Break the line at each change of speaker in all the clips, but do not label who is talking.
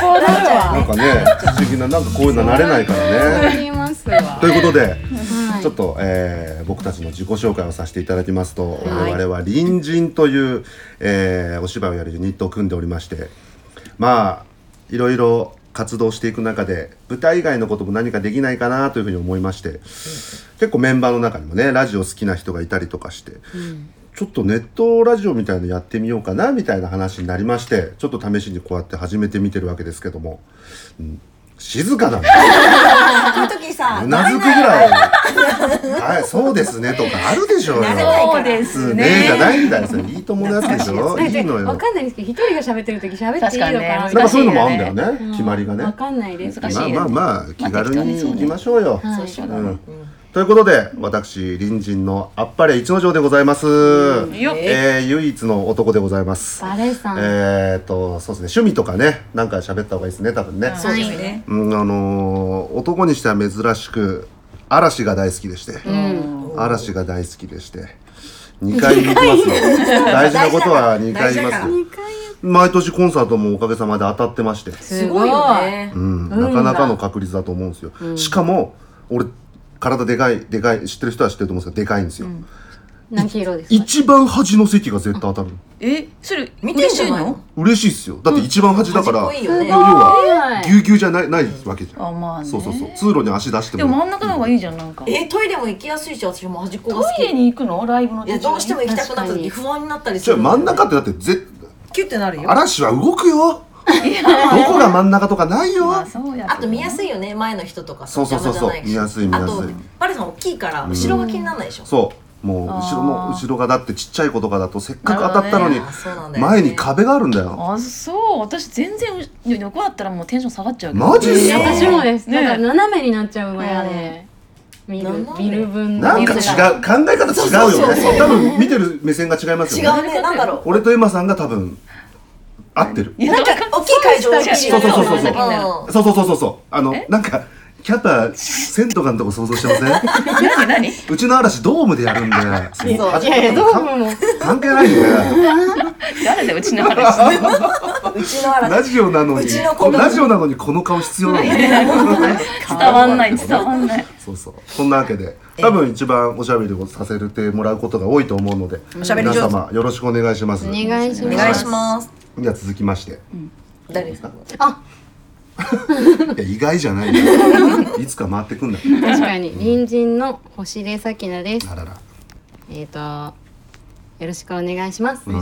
なんかね不思議ななんかこういうの慣れないからね
ありますわ
ということで、
はい
ちょっと、えー僕たちの自己紹介をさせていただきますと、
はい
我々は隣人という、えーお芝居をやるユニットを組んでおりましてまあいろいろ活動していく中で舞台以外のことも何かできないかなというふうに思いまして結構メンバーの中にもねラジオ好きな人がいたりとかして、ちょっとネットラジオみたいのやってみようかなみたいな話になりましてちょっと試しにこうやって始めてみてるわけですけども、うん静かなんです
こういう時さ
うなずくぐらい「はいそうですね」とかあるでしょうよ
なれない
そうです
うん
ね
ねじゃないんだよそれいいとものやつでしょいいのよ
わかんないですけど、一人が喋ってる時喋っていいのかなみ
なん
た
か
い
そういうのもある
な。
んだよね決まりがね
わかんないです。
ま
難し
あ
い。
まあまあ気軽に行きましょうよ、
そうしよう
うんということで私隣人のあっぱれ一之丞でございます、
よっ
えー唯一の男でございます
バレーさん。
えっとそうですね趣味とかねなんか喋った方がいいですね多分ね、
そうですね
うん、あのー男にしては珍しく嵐が大好きでして、嵐が大好きでして2回行きますよ大事なことは2回言いますよ毎年コンサートもおかげさまで当たってまして、
すごいよね
うん、なかなかの確率だと思うんですよ、しかも俺体でかいでかい知ってる人は知ってると思うんですけどでかいんですよ、
何キロですか。
一番端の席が絶対当たる
えそれ
見てん
嬉
じ
し
ゃ
い
ない
の
の
嬉しいっすよだって一番端だから、
端っこいいよね
要はぎゅうぎゅうじゃないないわけじゃん、
あまあね
そうそうそう通路に足出して
でも真ん中の方がいいじゃんなんかト
えトイレも行きやすいし私も端っこが好き
イレに行くのライブの
いやどうしても行きたくなった
確か
時
に
不安になったりす
じゃあ
る
真ん中ってだって絶
キュッてなるよ
嵐は動くよどこが真ん中とかないよ
まあそうやけど
あと見やすいよね前の人とかさ
そうそうそうそう
邪魔じゃなし
見やすい見やすい
あとバレさん大きいから後ろが気にならないでしょ
そうもう後ろの
あー
後ろがだってちっちゃい子とかだとせっかく当たったのに
なるほどねあーそうなんだよね
前に壁があるんだよ
あそう私全然う横だったらもうテンション下がっちゃうけど
マジっす
え
か
ー私もです。
ね
なんか斜めになっちゃうのやで。見る
斜
見
め
る分の
なんか違う
見るが
考え方違うよね多分見てる目線が違います
違
よね
うねなんだろ
俺とエマさんが多分合ってる
いや
うなんか大きい会場が一
そ
緒
うそうそうそう
うん
そうそうそうそうそうあのなんかキャパ1000とかのとこ想像してませ ん
何何
うちの嵐ドームでやるんでそう
いやいやどうも。
関係ないよね
誰だようちの 話
うちの嵐
ラジオなのに
うちの子供
ラジオなのにこの顔必要なの
伝わん ない伝わんない
そうそうそんなわけで多分一番おしゃべりをさせてもらうことが多いと思うので
おしゃべり
皆
上手
様よろしくお願いします
お願いし
お
ます。
願いします
では続きまして、
誰ですか
いや意外じゃないよいつか回ってくんだ
確かに隣人の星出咲菜です
あ。らら、
えっとよろしくお願いします。
うん、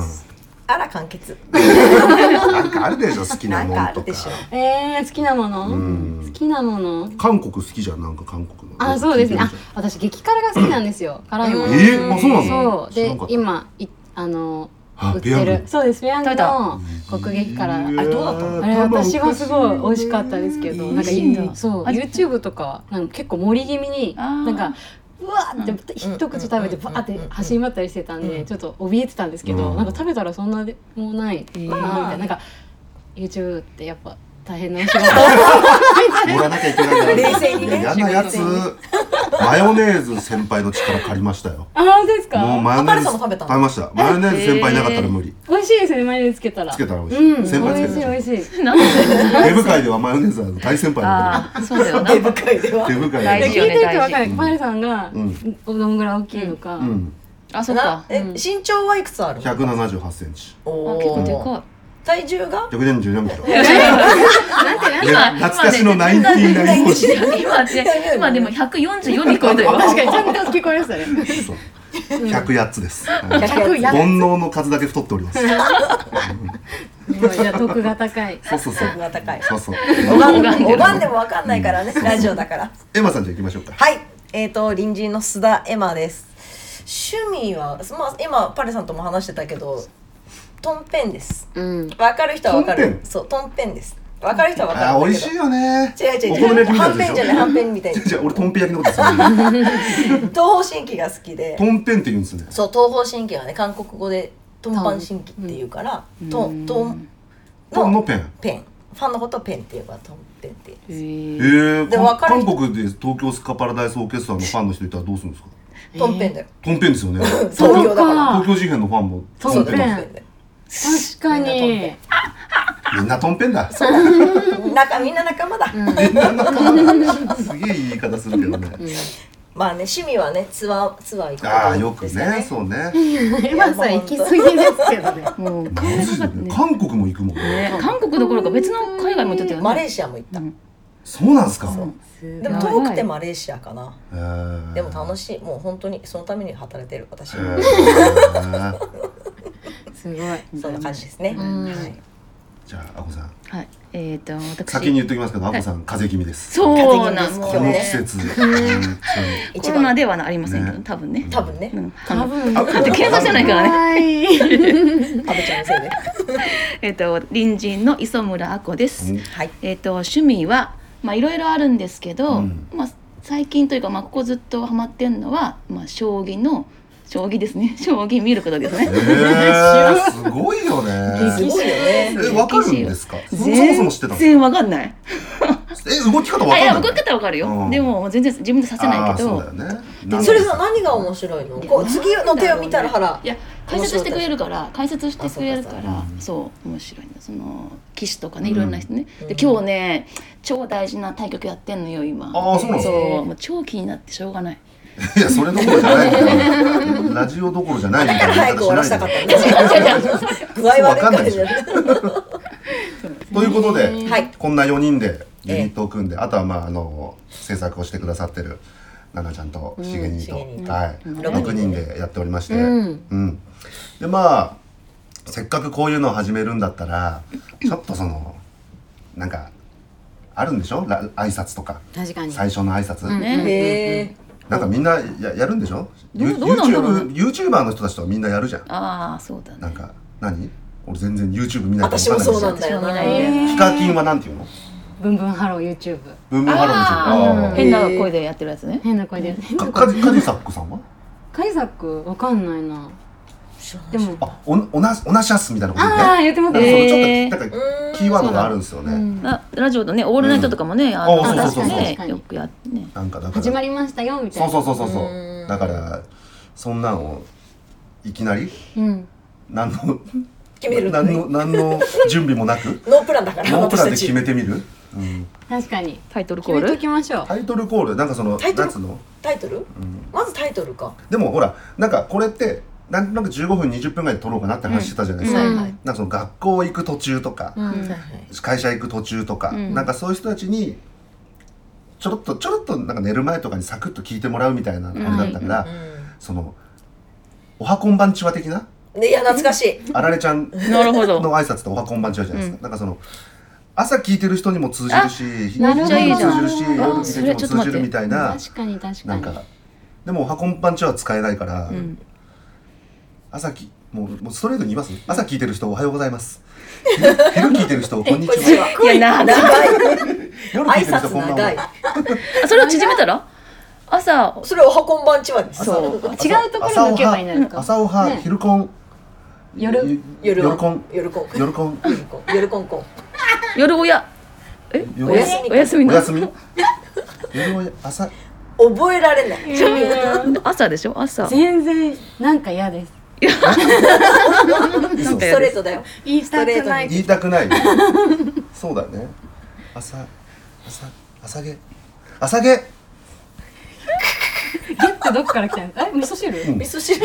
あら完結
なんかあるでしょ好きな
なん
も
か
ん
あ
と
る
か
でしょ
えー好きなも
うん
の？好きなもの？
韓国好きじゃんなんか韓国の
あ、そうですね。あ、私激辛が好きなんですよ。辛いもの。
えーあそうなの
そう
知
で
らなかった
今いあの
あ
売っ
ペヤ
て
ン
る
グ
そうですペヤング
食べた
の極激辛。
いやー
あれどうだった
あれ私はすごい美味しかったですけど、
いい
なんかい
美味しいんだ
そう
味
YouTube とかなんか結構盛り気味に
あー
なんか。うわーって一口食べてバーって走り回ったりしてたんでちょっと怯えてたんですけ
う
ど
ん
なんか食べたらそんなでもないなみたい
まあ
ななんか YouTube ってやっぱ大変なお仕事
盛らなきゃいけない
冷静にね
いや嫌なやつ マヨネーズ先輩の力借りましたよ
あ本当です
もう
か
マヨネーズ
あパルさんも食べたの
食べましたマヨネーズ先輩いなかったら無理
美味しいですねマヨネーズつけたら
つけたら美味し
う
い、
ん、
先輩つけたら
美味しい美味しい。
なんで
デブ界ではマヨネーズは大先輩だ
ああそうだよ な
デブ会では
けどデブ界
大
聞い
で
事よ
て
ね
てわか
大
る。パルさんが
うん
どのぐらい大きいのか
う。ん
あそっか
なえ身長はいくつある
1 7 8ンチ
あ結構で
おー
か
体重が
1 4 4キロ
い
ね懐かしのナインティナイン方式
今で今でも144に聞こえたよ
確かにちゃんと聞こえましたね。
そう108つですはい
100や
煩悩の数だけ太っております
いや得が高い。
そうそうそう
が高い
そうそう
おばんおばんでもわかんないからねラジオだから
エマさんじゃあ行きましょうか
はい、えっ、と隣人の須田エマです。趣味は、まあ今パレさんとも話してたけど、トンペンです。
うん。
わかる人はわか
トン
る
ペ。ン
そう、トンペンです。わかる人はわか
あ
る
ー
ん
美
だ
味
け
しい
ど。
よね
違う違う
お
違
好み焼き
う。
みた
はん
いで
ぺ
しょ
んじゃない、はんぺんみたいな。
違う違う俺トンペ焼きのことですよね
東方神起が好きで
ト。ンペンって言うんですね
そう、東方神起はね、韓国語でトンパン神起っていうから、トントン
トンの
の
ペン
ペン。ファンのことをペンっていうからトンペンって。
へー
えー、
で
か
わかる
韓
人
国で東京スカパラダイスオーケストラのファンの人いたらどうするんですか
トンペンだよ。
トンペンですよね東
そう東京だから
東京事変のファンも
トンペン
そうだよトンペンだよ。
確かに。
みんなとんぺんだ。
仲みんな仲間だ、
みんな仲間だ。すげえ言い方するけどね。
まあね趣味はねツアーツアー行くこと
ああよく
です
ね、そうね。
エマさん行き過ぎですけどね。もう考え方
マジで
ね。
韓国も行くもんね。
ね韓国どころか別の海外も行ってたよね
マレーシアも行った、
そうなんすか。
でも遠くてマレーシアかな
へー
でも楽しいもう本当にそのために働いてる私
へ
は
ー
すごい。
そんな感じですね、
うん
はい
じゃああこさん、
はいえっ、と私
先に言っときますけど、あこさん風邪気味です。
そうなん
風
こ
邪
の
気味
季
です
節。本
コ
一
ロナ
番
ではありませんけど、
ね
多分ね、
多分ね、
うん、
多分。
あ
だって検査してないからね
ね。
食べちゃうせいで
えっ、と隣人の磯村あこです、
当に
はい
えっ、と趣味はまあいろいろあるんですけど、
うん
まあ最近というかまあここずっとハマってんのはまあ将棋の将棋ですね 将棋見ることですね
えー、 すごいよね。
す ごいよね
え、わかるんですか。そそもそも知ってた
全
の。
然わかんない
え、動き方わ
あい
か
や
ん
動
な
き
い。
方わかるよ、
うん
でももう全然自分でさせないけ
あー
ど
そうだよね。なんか
それは何が面白いのこう次の手を見たら腹
いや解説してくれるから解説してくれるか
あそうかそ
ら
うか
そう面白いのその棋士とかね
うん
いろんな人ね、で今日ね超大事な対局やってんのよ今
あーそうなの
そうもう超気になってしょうがない
いや、それどころじゃないけど。ラジオどころじゃないみ
だ
た
か
い
ら
な
早く
言い
終わ
方
ら
し
せ
な
た
い
かっ
で。
たんだ 具合悪いからじゃない
ということで、
はい
こんな4人でユニットを組んで、あとはまああの制作をしてくださってる奈々ちゃんとしげにと、
うんしげにと
はい、
六
6
人
人でやっておりまして、
うん
うんでまあせっかくこういうのを始めるんだったらちょっとそのなんかあるんでしょら挨拶とか
確かに。
最初の挨拶、
うん
ね
へえ
なんかみんなややるんでしょ
どう
ユ
どうなんだろう
YouTube YouTuber の人たちとはみんなやるじゃん
ああそうだね
なんか何俺全然 YouTube 見ないから
私もそうなんだよな、
私も見ない
え
ヒカキンはなんていうの
ブンブンハロー YouTube。
ブンブンハローの人あー
変な声でやってるやつね
変な声で。
かカジカジサックさんは
カイザックわかんないな。
知らない
でも。
あおおなおなしゃすみたいなこと言うね
ああ言ってま
なん
す
か
え
そ
ね。
の
ー
ちょっとなんかキーワードがあるんですよ
う
ね
ん
ララジオのね「オールナイト」とかもね、あ
あそう
の
そう
確
そう
か
そう
ねよくやってね
なんかだから
始まりましたよみたい
そう
な。
そうそうそうそううんだからそんなんをいきなり
うん。
何の
決める
何の何の準備もな く
ノープランだから
ノープランで
私たち
決めてみる、うん、
確かに。
タイトルコ
決
ー
めと
ル
きましょう。
タイトルコールなんかその
タイト
な
ル
んつうの
タイトル、まずタイトルか
でもほらなんかこれってなんとなく15分20分ぐらいで撮ろうかなって話してたじゃないですか、
うん
なんかその学校行く途中とか、
うん。
会社行く途中とか、
ん
なんかそういう人たちにちょろっとちょろっとなんか寝る前とかにサクッと聞いてもらうみたいなあれだったから、その「おはこんばんちは」的な
うんねいや懐かしい
あられちゃんの
なるほど
挨拶って「おはこんばんちは」じゃないですか、なんかその朝聞いてる人にも通じるし昼
な
に
る
も
ほ
通
ど
じるし
あー
夜見て
そ
る
れは
人
ちょ
も
っ
通
と待
じ
って
るみたいな
確かに確
な
か
ん
に。
かでも「おはこんばんちは」は使えないから、
ん
朝きもうもうストレートに言います朝聞いてる人「おはようございます」昼昼聞いてる人「こんにちは」
いやな
長い
夜聞
挨
いて る人「
拶
こんばん
長」
はい
あそれを縮めたら朝
それおはこんばんちはです
そう
違うところ抜けばいいんじゃないですか。
朝おは、
ね
昼コン
夜
ゆ
夜
夜コン
夜コン
夜コン
夜コン夜コンコン
夜親え
夜
おやすみ
お休み
お
の
やすみ夜おや朝
覚えられない
朝でしょ朝
全然なんか嫌です。
嘘
か
ストレートだよ
言いたくない。
言いたくないそうだね朝朝朝げ朝げ
ゲットどっから来たんですか。え味噌汁？味
味噌汁
噌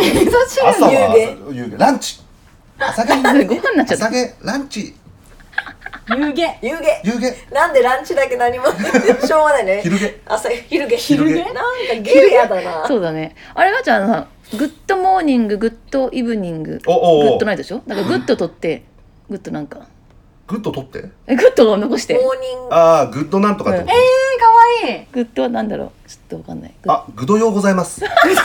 汁。
朝は
夕
夕げランチ朝げ
ご飯になっちゃった
朝げランチ
湯気。
夕げ
夕げ
なんでランチだけ何も しょうがないね
昼げ
朝昼げ
昼げ
なんかゲやだな
そうだねあれはじゃあさグッドモーニンググッドイブニング
おおお
グッドナイトでしょだからグッド取ってグッドなんか
グッド取って
えグッドを残して
モーニング
ああグッドなんとかってこと、
えー可愛い。
グッドはなんだろうちょっとわかんないグッ
あ、グドようございます。 だって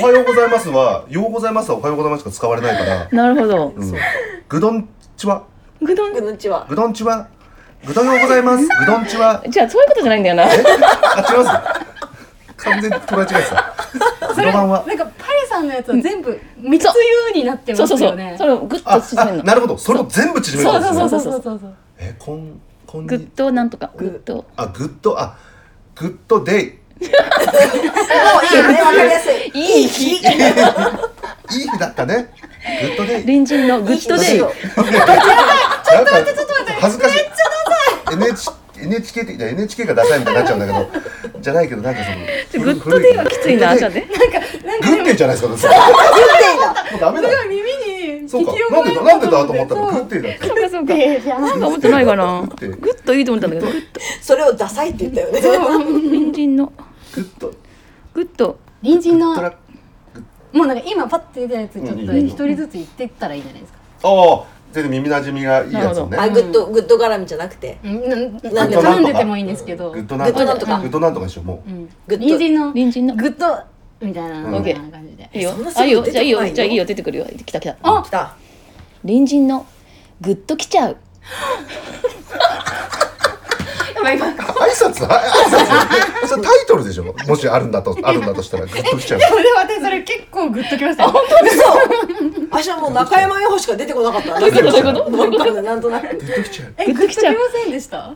おはようございますは、ようございますはおはようございますしか使われないから、
なるほど
うん、グドンチは、
グド
こ
ン
んにちは
グドンチは、グドようございます、グドンチは、
じゃあそういうことじゃないんだよな
え あ、違います。完全に取られ違えてた。グドバンは。
なんかパレさんのやつは全部三つ湯になって
そ
ま
う
す
そうそ
よ
う
ね。
それをグッと
あ、
縮め
あ
るの
なるほど。それを全部縮めるんですね。
そう
そうそうそうそう。
え、こん、こん
グ
に
ッ。ドなんとかグッド
あ、グッド、あ、グッドデイ。
もういいよねわかりやすい
いい日
いい日だったね。グッドデイ
隣人のグッドデイ
ちょっと待ってちょっと待って恥ずかしいめっちゃダサい NHK っていや NHK がダサいみたいになっちゃうんだけどじゃないけどなんかその
グッドデイはきついな
グ
朝
ッドデイ
で
グッデイじゃないですかそれもうダメだよ
耳に聞
そうかなんでだなんでだと思ったらグッデイだった
そうかそうか
えじゃ
なんか思ってないかなグ
グッドデイ
ッドいいと思ったんだけどグッ
それをダサいって言ったよね
ド隣人の
グッド
グッド
隣人の
トラック
もうなんか今パッて出たやつちょっ
うん
と
うん
一人ずつ言ってったらいいんじゃないですか。
ああ全然耳なじみがいいやつをね
あグッドグッド絡みじゃなくて
うんなん
なんで
絡んでてもいいんですけど。
グッドなんと
グッドなんと
か
か
グッドなんとかにしようも
う
うん
グッド
隣人の
隣人の
グッドみたいな
うん
みたいな感じで。
いいよ
そんなす
あ
ぐ
いいよ
出てこないよ
じゃあいいよじゃあいいよ出てくるよ来た来た
あ
来た
隣人のグッときちゃう
やばい今
挨拶あ挨拶それタイトルでしょもしあるんだとあるんだとしたらグッときちゃう
それで私それ結構グッときましたよ。
嘘あじゃあもう中山美穂しか出てこなかったどういう
ことどういう
と分かんないなんとなく
グッときちゃう
えグッときませんでした？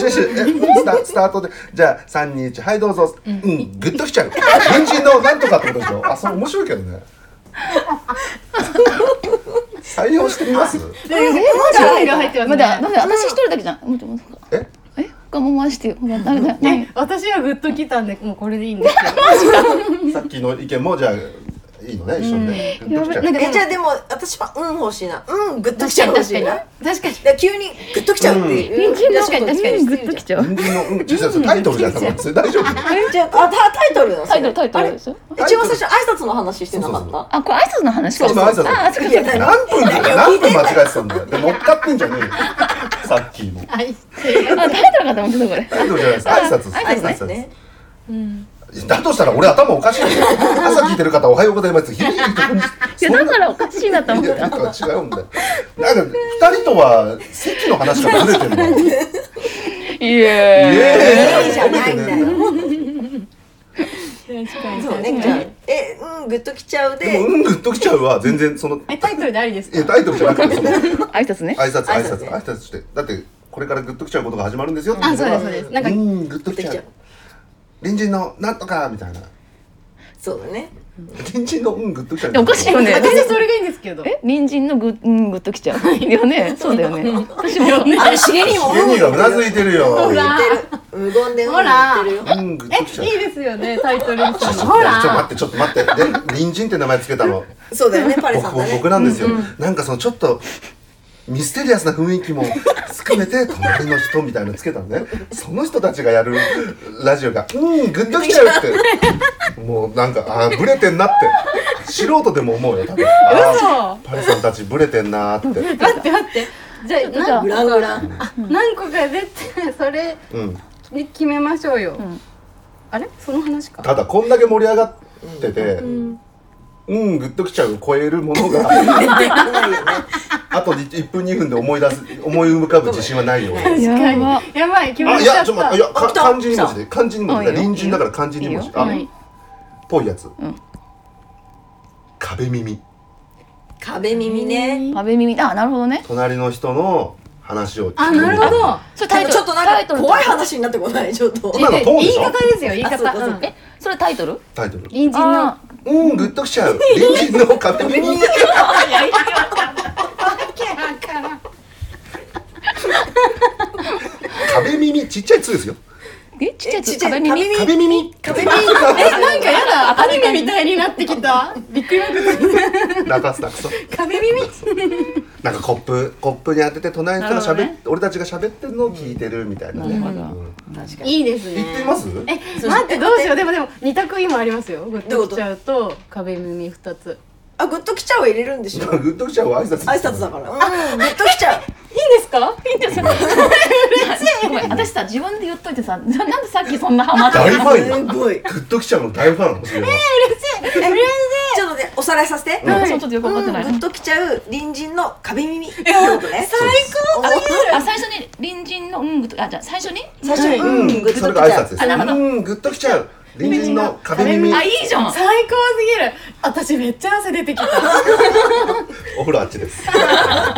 違う違うえ スタスタートでじゃあ三二一はいどうぞうん、グッときちゃう隣人のなんとかってことでしょ あそれ面白いけどね採用してみます
えマジが入ってますね。
まだまだ私一人だけじゃんもうちょもうちょ
え
え他も回してよほらダメだ
え
ね
私はグッときたんでもうこれでいいんですけど。
さっきの意見もじゃあいいのね一緒にねグッときちゃう
なんか
えじゃあでも私はうん欲しいなうんグッときちゃう欲しいな
確かに。
で急にグッときちゃうっていう、
隣人の確かに確かに
グッときちゃう
隣人のうん違う違うそれタイトルじゃなくてそれ大丈夫
えじゃああタタイトルなのそ
タイ
れ
トルタイト
あ
ル
れ
ですよ
一番最初挨拶の話してなか
そう
っ
そう
た
あこれ挨拶の話か
そうそう挨拶
ああそうか
いや
そうか
何分だよ何分間違えてたんだよで乗っかってんじゃねえよさっきも
はい。
あタイトルかと思ってたこれ
タイトルじゃないです挨拶です
挨
挨拶ね
うん。
だとしたら俺頭おかしいよ朝聞いてる方おはようございますひりひりと
いやだからおかしいなと思
い
っ
や
た
なんか違うんだよなんか二人とは席の話がずれてるのイ
イエーイ
エーイ
いいじゃないんだよ
確かに。
そうねじゃあえうんグッときちゃう
でも「
で
うんぐっときちゃう」は全然その
えタイトルでありです
え
か？
タイトルじゃなくてその挨
挨拶ね
拶挨
挨
拶
拶
挨拶してだってこれからグッときちゃうことが始まるんですよってい
あ
の
そうで
が
すそうです。なんか
うんグッときちゃ
グッときちゃ
う
う
隣人のなんとかみたいな
そうだね
隣人のうんグッときちゃう
でもおかしいよね
私それがいいんですけど。
え隣人のグッうんグッときちゃうよねそうだよね私も
あれ茂にも
家にはうなずいてるよ
ほら
無言でうん
ほら
言ってるよ
うんグッ
え
ときちゃう
いいですよねタイトルにする
ちょ
の
っと
ほら。
ちょっと待ってちょっと待ってで隣人って名前つけたの
そうだよねパレさんだ
僕
ね
僕なんですよ、なんかそのちょっとミステリアスな雰囲気も含めて隣の人みたいなのつけたのねその人たちがやるラジオが「うんグッときちゃう」ってもうなんかあーブレてんなって素人でも思うよ多分あーパレさんたちブレてんなーって
待って待って。じゃあ
じゃあ
何
グ
個
ラングラン
あ何個か出てそれ
うん
で決めましょうよ
ん。
あれその話か。
ただこんだけ盛り上がってて「うん
ん
グッときちゃう」を超えるものがあと1分2分で思い出す思い浮かぶ自信はないよ
やば
やばい決ま
あ
っ
い
ちゃ
や
っ
ちょっと
た
待ってい。や
あ
か
来た
漢字2文字で漢字2文字
あい
で
いよ
隣人だから漢字2文
い
字
いよ
あ
は
っ
い
ぽいやつ
ん
壁耳
壁耳ね
壁耳あなるほどね
隣の人の話を聞く
あなるほど。
それ
で
タイ
も
ト
ちょ
ル
っと
タ
なん
イト
か
ル
怖い話になってこないちょっと
今のトーンで
言
し
い
ょ
方ですよ言い
あそうかそう
方。
か
うん
えそれタイトル
タイトル
隣人の
あ
うんグッときちゃう隣人の壁耳壁耳ちっちゃい「つ」ですよ
えちっちゃい
ち
ち
っ
っ
ち
ち
ゃ
ゃ
い
い壁耳
壁耳
壁 耳
えなんかやだアニメみたいになってきた。びっくりマークつい
泣かすなくそ
た壁耳。
なんかコップコップに当てて隣の人がしゃべっ、
なるほ
俺たちがしゃべってるのを聞いてるみたいなね、
うん
うん
なるほど
確かに
いいですね。
言ってみます
え待ってどうしようでもでも二択今ありますよ。グッ
どう
と
いうこと
きちゃうと壁耳二つ。
あグッときちゃうを入れるんでしょ
グッときちゃうは挨拶
挨拶だからうんグッときちゃう
いいですか？
いいんですよごめん私さ自分で言っといてさななんでさっきそんなハマった
大ファンや
すごい
グッときちゃうの大ファンそれは
えちょっとねおさらいさせて
うんそうちょっとよくわかって
グ
ない、
ッときちゃう隣人の壁耳ってことね最
あ最初に隣人のうんとあじゃあ最初に
最初に
う
う、
うんんグッ
そ
と
れ
きち
が挨
ゃ
拶
う
です。うん、グッときちゃう。隣人の壁耳。
あいいじゃん
最高すぎる。私めっちゃ汗出てきた。
お風呂あっちです。
じゃ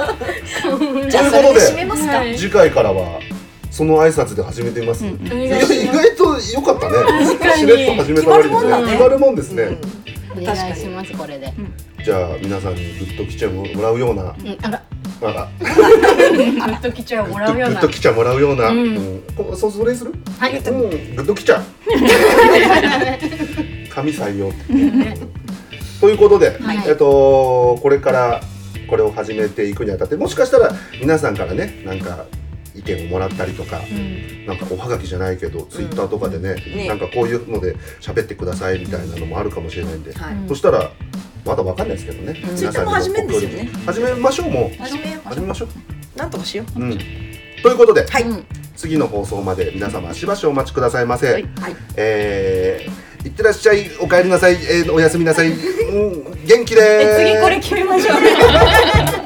あ
と
そ
いうこ
れ
と
で
で
締めますか
はい
次回からは。その挨拶で始めてみます。
お願い
意
します
外と良かったね。
かに
しれっと始めた割に
決まるもんだね
決まるもんですね。
お願いしますこれで。
じゃあ皆さんにグッときちゃもらうような
うん、あら、
あら
グッときちゃ
グ
も
ッ
ら
と
う
グ
よう
ッ
な
と。きちゃもらうような、
う
うんんこそそれにする、
はい
うん、グッときち ゃ神採用ということで、
はい
えっとこれからこれを始めていくにあたってもしかしたら皆さんからねなんか意見をもらったりとか、
うん
なんかおはがきじゃないけど、ツイッターとかでね
ね
なんかこういうので喋ってくださいみたいなのもあるかもしれないんで、
はい
うん
そしたらまだわかんないですけどね、
ん
皆さんに
ツイッターも始めるんですよね
始めましょうも
始めよ
う始めましょう、
うなんとかしよう
うん、ということで、
はい
うん
次の放送まで皆様しばしお待ちくださいませ、
はい
はい
えー、いってらっしゃいお帰りなさい、えーおやすみなさい、うん、元気でーす
え次これ決めましょう